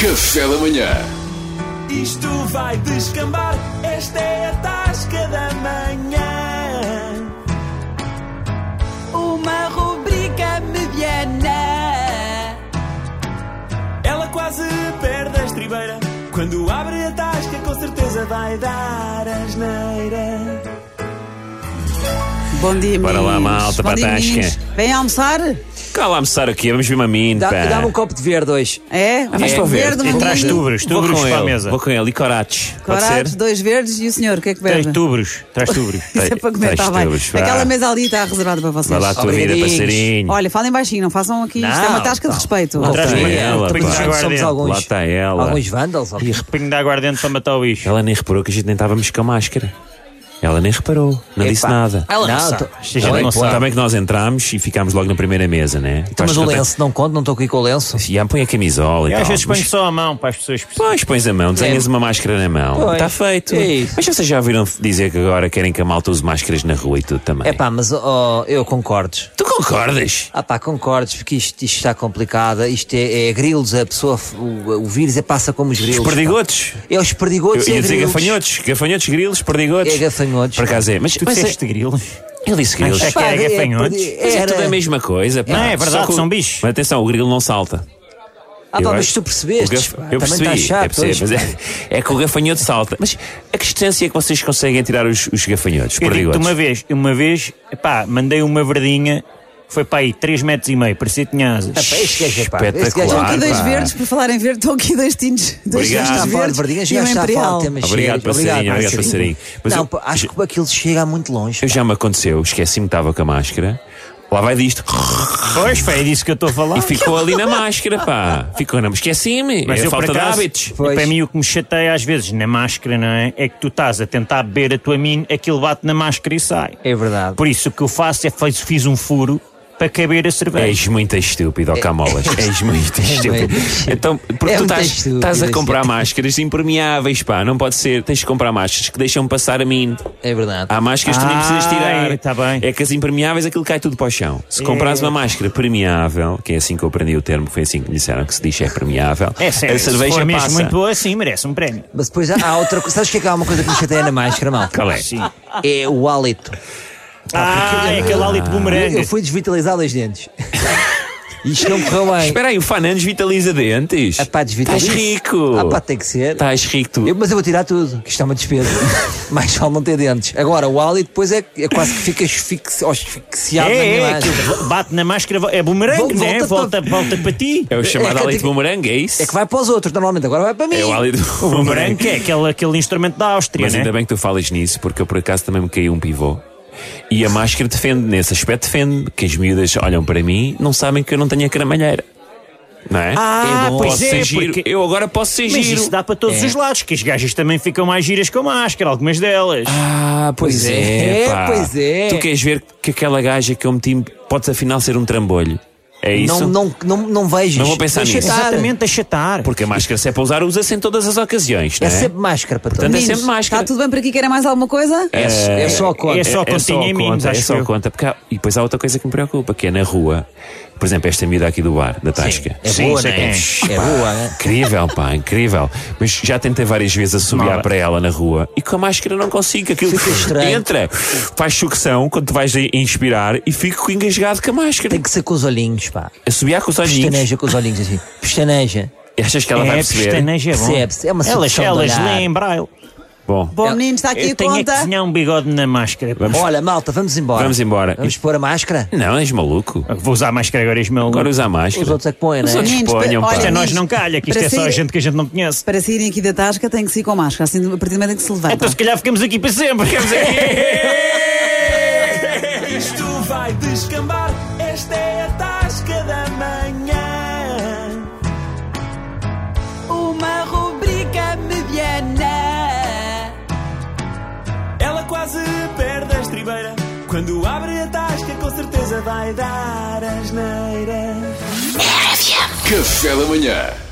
Café da manhã. Isto vai descambar, esta é a tasca da manhã. Uma rubrica mediana. Ela quase perde a estribeira. Quando abre a tasca, com certeza vai dar asneira. Bom dia, Bora lá, meninos. malta, Bom para a dia, tasca. meninos. Vem almoçar? Cala me Sara aqui, vamos ver uma mina. Dá- Dá-me um copo de verde hoje. É? Um Vamos para o verde, verde. um Traz vermelho. tubros, Vou tubros com para a ele, mesa. Vou com ele. E corates. Pode Corados, ser? dois verdes e o senhor, o que é que bebe? Tens tubros, traz tubros. Isso é para comer, Tens está bem. tubros, vá. Aquela mesa ali está reservada para vocês. Vai lá a tua vida, Obrigadinhos. passarinho. Olha, falem baixinho, não façam aqui. Isto é uma Não, tasca de não. respeito. Não traz Olha, ninguém. olha, ela, depois pá. nós Guarda somos ela. alguns, Lá está ela. alguns vândalos. E repinho de aguardente para matar o bicho. Ela nem reparou que a gente nem estávamos com a máscara. Ela nem reparou, não disse nada. Ela não, sabe. tô- Esta tá gente bem, não claro. sabe. Também que nós entramos e ficámos logo na primeira mesa, né? Então, mas o lenço não conta, não estou aqui com o lenço. E ah, põe a camisola e Eu tal. às vezes Mas- ponho só a mão para as pessoas perceberem. Pois, pões a mão, desenhas uma máscara na mão. É. Pois. Está feito. É isso. Mas vocês já ouviram dizer que agora querem que a malta use máscaras na rua e tudo também? É pá, mas ó, eu concordo. Tu concordas? Ah pá, concordes, porque isto, isto está complicado. Isto é, é grilos, a pessoa, o, o vírus é, passa como os grilos. Os perdigotes? É os Eu perdigotes e ia é dizer grilos. gafanhotos, gafanhotos, grilos, perdigotes. É gafanhotos. Por acaso é. Mas, Tu mas é- disseste grilos? ele disse grilos. Acho Mas que era Pá, é, gafanhotos. perdi- é era- tudo a mesma coisa. pá. Não, é verdade, Só que o- são bichos. Mas atenção, o grilo não salta. Ah Eu pá, acho- mas tu o percebestes. gaf- pá, tá Eu também percebi, está chato. é, percebi, hoje, mas pá. é, é que o gafanhoto salta. Mas a que distância é que vocês conseguem tirar os, os gafanhotos, Eu digo-te perdigotes? uma vez, uma vez, pá, mandei uma verdinha, foi para aí 3 metros e meio, parecia que tinha Ah, pá, asas. este gajo é pá, este gajo é- Espetacular. Estão aqui dois pá. verdes, por falar em verde, estão aqui dois tintes. Dois Obrigado. tintes Está a falar de verdes verdinhas, e um já está a falar imperial. de temas Obrigado, sérios. passarinho, obrigado, passarinho. Mas Não, eu- pá, acho que aquilo chega muito longe. Eu já me aconteceu, esqueci-me que estava com a máscara. Lá vai disto. Pois, foi, é disso que eu estou a falar. E ficou ali na máscara, pá. Ficou na Esqueci-me. Mas é eu, por falta de acaso, hábitos. Pois. Para mim, o que me chateia às vezes na máscara, não é? É que tu estás a tentar beber a tua mina, aquilo bate na máscara e sai. É verdade. Por isso, o que eu faço é fiz, fiz um furo para caber a cerveja. És muito estúpido, ó É. Camolas. És muito estúpido. muito Então, porque É tu muito estás, estúpido, estás a sim. comprar máscaras impermeáveis, pá. Não pode ser. Tens de comprar máscaras que deixam passar a mim. É verdade. Há máscaras que tu nem Ah, precisas tirar. tá bem. É. É que as impermeáveis aquilo cai tudo para o chão. Se comprares uma máscara permeável, que é assim que eu aprendi o termo, que foi assim que me disseram que se diz é permeável, É sério, a cerveja se for mesmo passa. muito boa, sim, merece um prémio. Mas depois há há outra coisa. Sabes o que é que há uma coisa que me chateia na máscara, mal? Qual é? Sim. É o hálito. Ah, é aquele ali de Eu, bumerangue. eu fui desvitalizado os dentes. Isto não correu é- bem. Espera aí, o Fernandes vitaliza dentes. Ah pá, desvitalizo. Estás rico. Ah pá, tem que ser. Estás rico tu. Eu- mas eu vou tirar tudo, que isto é uma despesa. Mais vale não ter dentes. Agora, o hálito depois é, é quase que fica asfixi- asfixiado na É, minha é, máscara. aquilo bate na máscara, vo- é bumerangue, Volta não é? para- Volta, volta para ti. É o é chamado que eu hálito de digo- bumerangue, é isso? É que vai né? para os outros, normalmente, agora vai para mim. É o hálito de O bumerangue. bumerangue é aquele, aquele instrumento da Áustria, Mas né? ainda bem que tu falas nisso, porque eu por acaso também me caiu um pivô. E a máscara defende, nesse aspecto defende, que as miúdas olham para mim, não sabem que eu não tenho a caramalheira. Não é? Ah, eu pois posso é, ser giro. porque- Eu É. agora posso ser Mas giro. isso dá para todos os lados, que as gajas também ficam mais giras com máscara, algumas delas. Ah, pois, Pois é, é, pá. pois é. Tu queres ver que aquela gaja que eu meti pode afinal ser um trambolho. É isso? Não, não, não, não vejo. Não vou pensar nisso. Exatamente, a chatar. Porque a máscara se é para usar, usa-se em todas as ocasiões, não É é? sempre máscara para todos. Portanto, é Meninos, sempre máscara. Está tudo bem por aqui? Querem mais alguma coisa? É, é só a conta. é só é só continha em mim, conta, é acho só eu. conta. Porque há- e depois há outra coisa que me preocupa, que é na rua. Por exemplo, esta miúda aqui do bar, da Tasca. É Sim, boa, sei né? quem é. É boa, né? Incrível, pá, incrível. Mas já tentei várias vezes a subir Nada. para ela na rua e com a máscara não consigo. que Aquilo Fica estranho. entra, faz sucção quando tu vais a inspirar e fico engasgado com a máscara. Tem que ser com os olhinhos, pá. A subir com os olhinhos. Pestaneja com os olhinhos assim. Pestaneja. E achas que ela vai é, perceber? pestaneja é bom. Percebe-se, é uma elas sucção de elas olhar. leem braille. Bom, Bom, menino, está aqui Eu a tenho é que conta. desenhar um bigode na máscara. Olha, malta, vamos embora. Vamos embora. Vamos pôr a máscara? não, és maluco. Vou usar a máscara agora, Ismael. Agora usa a Os máscara. outros é que põem, né? Os outros Meninos, ponham, pa- pá. olha, Isto a nós meninos, não calha, que isto para é só sair- gente que a gente não conhece. Para saírem aqui da tasca, têm que sair com máscara. Assim, a partir do momento em que se levantam. Então se calhar ficamos aqui para sempre. Isto vai descambar, esta é a tasca da manhã. Uma rubrica mediana. Ela quase perde a estribeira. Quando abre a tasca, com certeza vai dar asneira. Café da manhã.